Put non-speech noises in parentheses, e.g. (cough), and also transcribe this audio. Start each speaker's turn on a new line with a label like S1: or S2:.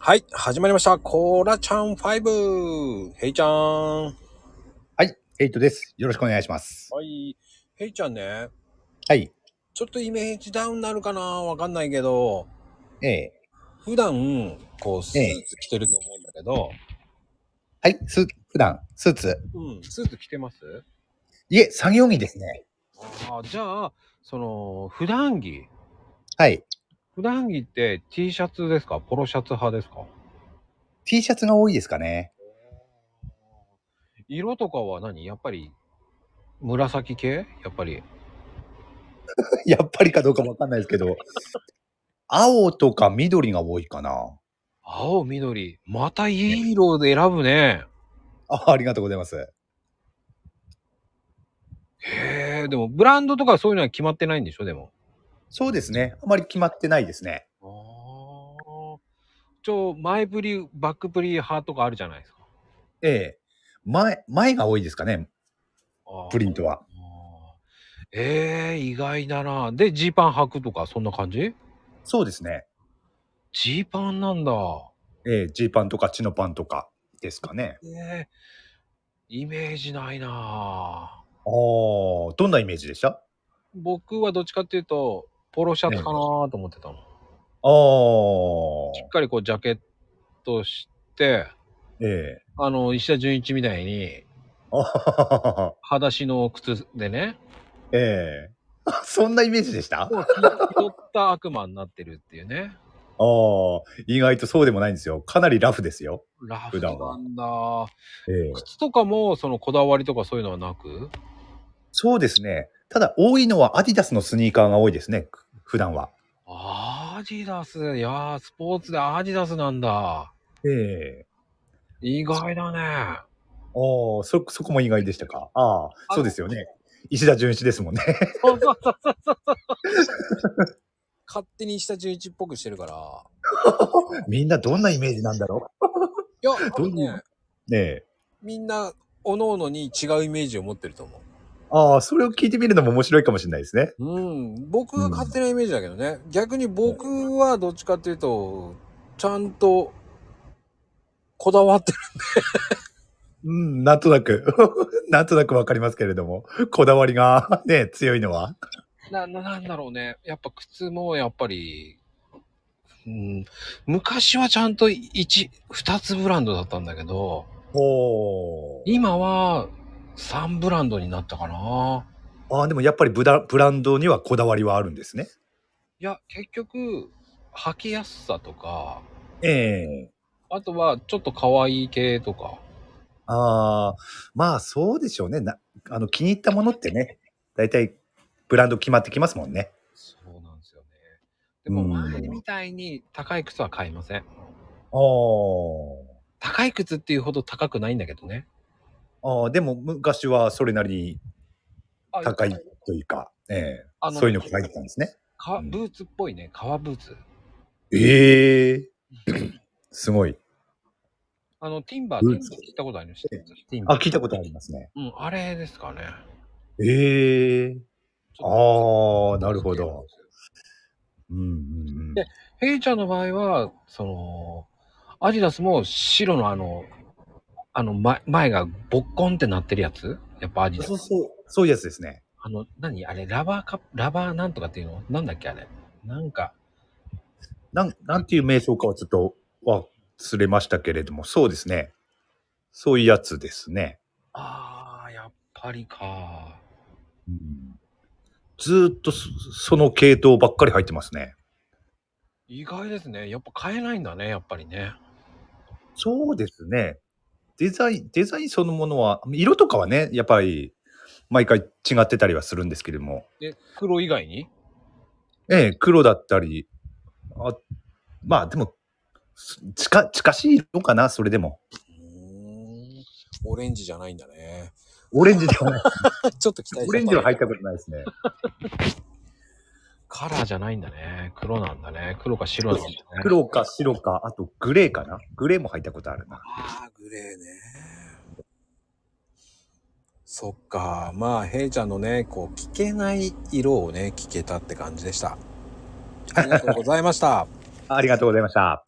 S1: はい、始まりました。コーラちゃん5。ヘイちゃん。は
S2: はい、エイトです。よろしくお願いします。
S1: い。ヘイちゃんね、
S2: はい、
S1: ちょっとイメージダウンなるかなわかんないけど、
S2: ええ
S1: 普段、こう、スーツ着てると思うんだけど、
S2: はい、ス普段スーツ。
S1: うん、スーツ着てます
S2: いえ、作業着ですね。
S1: ああ、じゃあ、その、普段着。
S2: はい、
S1: 普段着って T シャツですかポロシャツ派ですか
S2: T シャツが多いですかね。 (laughs)
S1: 色とかは何やっぱり、紫系やっぱり。
S2: やっぱりかどうかわかんないですけど、青とか緑が多いかな。
S1: 青、緑。またいい色で選ぶね。
S2: あ、ありがとうございます。
S1: へえ、でもブランドとかそういうのは決まってないんでしょでも。
S2: そうですね。あまり決まってないですね。
S1: ああ。ちょ、前振り、バックプリ派とかあるじゃないですか。
S2: ええ前、前が多いですかね、プリン
S1: ト。
S2: ト
S1: あ
S2: は。
S1: ーええ意外だな。で、ジーパン履くとか、そんな感じ
S2: そうですね。
S1: ジーパンなんだ。
S2: ええジーパンとかチノパンとかですかね。
S1: ええイメージないな。
S2: ああ、どんなイメージでしたあ
S1: 僕はどっちかっていうと、ポロシャツかなと思ってたの。
S2: あ、
S1: しっかりこう、ジャケットして、
S2: ええ (laughs)
S1: あの、石田純一みたいに、
S2: あはははは
S1: 裸足の靴でね、
S2: ええあ (laughs) そんなイメージでしたあ
S1: もう拾った悪魔になってるっていうね。
S2: あ、意外とそうでもないんですよ。かなりラフですよ。
S1: ラフ
S2: 普
S1: な
S2: 段は
S1: んだ。
S2: ええ
S1: 靴とかもそのこだわりとかそういうのはなく
S2: そうですね。ただ多いのはアディダスのスニーカーが多いですね。く普段は。
S1: アディダス、いやー、スポーツでアディダスなんだ。
S2: ええ
S1: 意外だね。
S2: ああ、そ、そこも意外でしたか。ああ、そうですよね。石田純一ですもんね。
S1: そうそうそうそうそう。勝手に下純一っぽくしてるから。
S2: (laughs) みんなどんなイメージなんだろ
S1: いや、
S2: どう
S1: あ
S2: いう
S1: のね、
S2: うねえ。
S1: みんな、おののに違うイメージを持ってると思
S2: ああ、それを聞いてみるのも面白いかもしれないですね。
S1: う。うん。僕が勝手なイメージだけどね。逆に僕はどっちかっていうと、ちゃんと、こだわって
S2: うん、なんとなく。 (laughs) なんとなくわかりますけれども。こだわりがね、強いのは。
S1: (laughs) な、な、なんだろうね。やっぱ靴もやっぱり、うん、昔はちゃんと一、二つブランドだったんだけど、
S2: おお。
S1: 今は三ブランドになったかな。
S2: ああ、でもやっぱりブダブランドにはこだわりはあるんですね。
S1: いや、結局、履きやすさとか、
S2: ええ
S1: あとはちょっと可愛い系とか。
S2: ああ、まあそうでしょうね。なあの気に入ったものってね、大体ブランド決まってきますもんね。
S1: そうなんですよね。でも
S2: うん
S1: 前みたいに高い靴は買いません。
S2: あ
S1: 高い靴っていうほど高くないんだけどね。
S2: あ。ああ、でも昔はそれなり
S1: あ
S2: に高いというか、え
S1: あ
S2: え
S1: の
S2: そういうのが入ってたんですね。
S1: か
S2: うん
S1: ブーツっぽいね。革ブーツ。
S2: ええ (clears throat) すごい。
S1: あの、ティンバー、
S2: ブ
S1: ティン
S2: ー
S1: バ
S2: ツ
S1: ー聞いたことありますティン
S2: あ、
S1: バー。
S2: 聞いたことありますね。
S1: うん、あれですかね。
S2: ええ
S1: ちょっ
S2: ああ、なるほど。。うんうんうん
S1: で。ヘイちゃんの場合は、その、アディダスも白のあの、あの、前、前がボッコンってなってるやつやっぱアディダ
S2: そう
S1: ス。
S2: そう、そういうやつですね。
S1: あの、何あれ、ラバーカップ、ラバーなんとかっていうのなんだっけあれ。なんか、
S2: なん、なんていう名称かはちょっと忘れましたけれども、そうですね。そういうやつですね。
S1: あー、やっぱりか。
S2: ずーっとそその系統ばっかり入ってますね。
S1: 意外ですね。やっぱ買えないんだね、やっぱりね。
S2: そうですね。デザイン、デザインそのものは、色とかはね、やっぱり毎回違ってたりはするんですけれども、
S1: で、黒以外に
S2: ええ、黒だったり、あまあでも、す近、近しい色かな、それでも。
S1: うん。オレンジじゃないんだね。 (laughs)
S2: オレンジで (laughs) はない。
S1: ちょっと期待
S2: オレンジは入ったことないですね。
S1: カラーじゃないんだね。黒なんだね。黒か白なんだね。。
S2: 黒か白か、あとグレーかなグレーも入ったことあるな。
S1: ああ、グレーね。そっか。まあ、ヘイちゃんのね、こう、聞けない色をね、聞けたって感じでした。ありがとうございました。
S2: ありがとうございました。